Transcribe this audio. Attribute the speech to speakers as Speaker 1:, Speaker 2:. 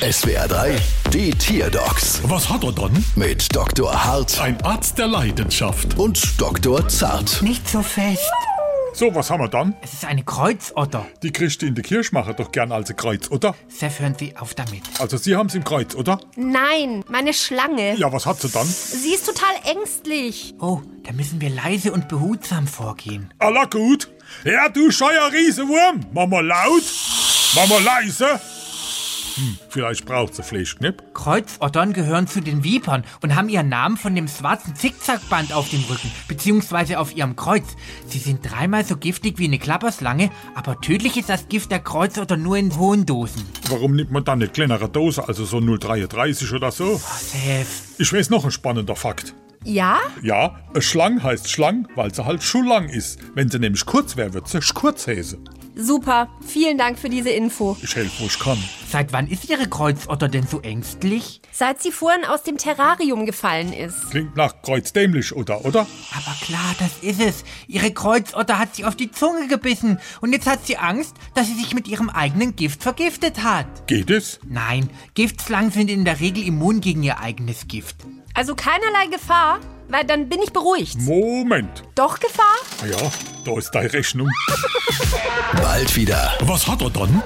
Speaker 1: SWR 3, die Tierdocs
Speaker 2: Was hat er dann?
Speaker 1: mit Dr. Hart
Speaker 2: Ein Arzt der Leidenschaft.
Speaker 1: und Dr. Zart.
Speaker 3: Nicht so fest.
Speaker 2: So, was haben wir dann?
Speaker 3: Es ist eine Kreuzotter.
Speaker 2: Die kriegst du in der Kirschmacher doch gern als ein Kreuz, oder?
Speaker 3: Seth, hören Sie auf damit.
Speaker 2: Also Sie haben's im Kreuz, oder?
Speaker 4: Nein, meine Schlange.
Speaker 2: Ja, was hat sie dann?
Speaker 4: Sie ist total ängstlich.
Speaker 3: Oh, da müssen wir leise und behutsam vorgehen.
Speaker 2: Alla gut. Ja, du scheuer Riesenwurm. Mach mal laut. Mach mal leise. Hm, vielleicht braucht sie Fleischknipp.
Speaker 3: Kreuzottern gehören zu den Vipern und haben ihren Namen von dem schwarzen Zickzackband auf dem Rücken, beziehungsweise auf ihrem Kreuz. Sie sind dreimal so giftig wie eine Klapperschlange, aber tödlich ist das Gift der Kreuzotter nur in hohen Dosen.
Speaker 2: Warum nimmt man dann eine kleinere Dose, also so 0,33 oder so?
Speaker 3: Oh, Seth.
Speaker 2: Ich weiß noch ein spannender Fakt.
Speaker 4: Ja?
Speaker 2: Ja, eine Schlang heißt Schlang, weil sie halt schon lang ist. Wenn sie nämlich kurz wäre, wird sie Kurzhäse.
Speaker 4: Super. Vielen Dank für diese Info.
Speaker 2: Ich helfe, wo ich kann.
Speaker 3: Seit wann ist Ihre Kreuzotter denn so ängstlich?
Speaker 4: Seit sie vorhin aus dem Terrarium gefallen ist.
Speaker 2: Klingt nach kreuzdämlich, oder? Oder?
Speaker 3: Aber klar, das ist es. Ihre Kreuzotter hat sie auf die Zunge gebissen und jetzt hat sie Angst, dass sie sich mit ihrem eigenen Gift vergiftet hat.
Speaker 2: Geht es?
Speaker 3: Nein, Giftschlangen sind in der Regel immun gegen ihr eigenes Gift.
Speaker 4: Also keinerlei Gefahr, weil dann bin ich beruhigt.
Speaker 2: Moment. Ah
Speaker 4: Doch Gefahr?
Speaker 2: Ja, da ist deine Rechnung.
Speaker 1: Bald wieder.
Speaker 2: Was hat er dann?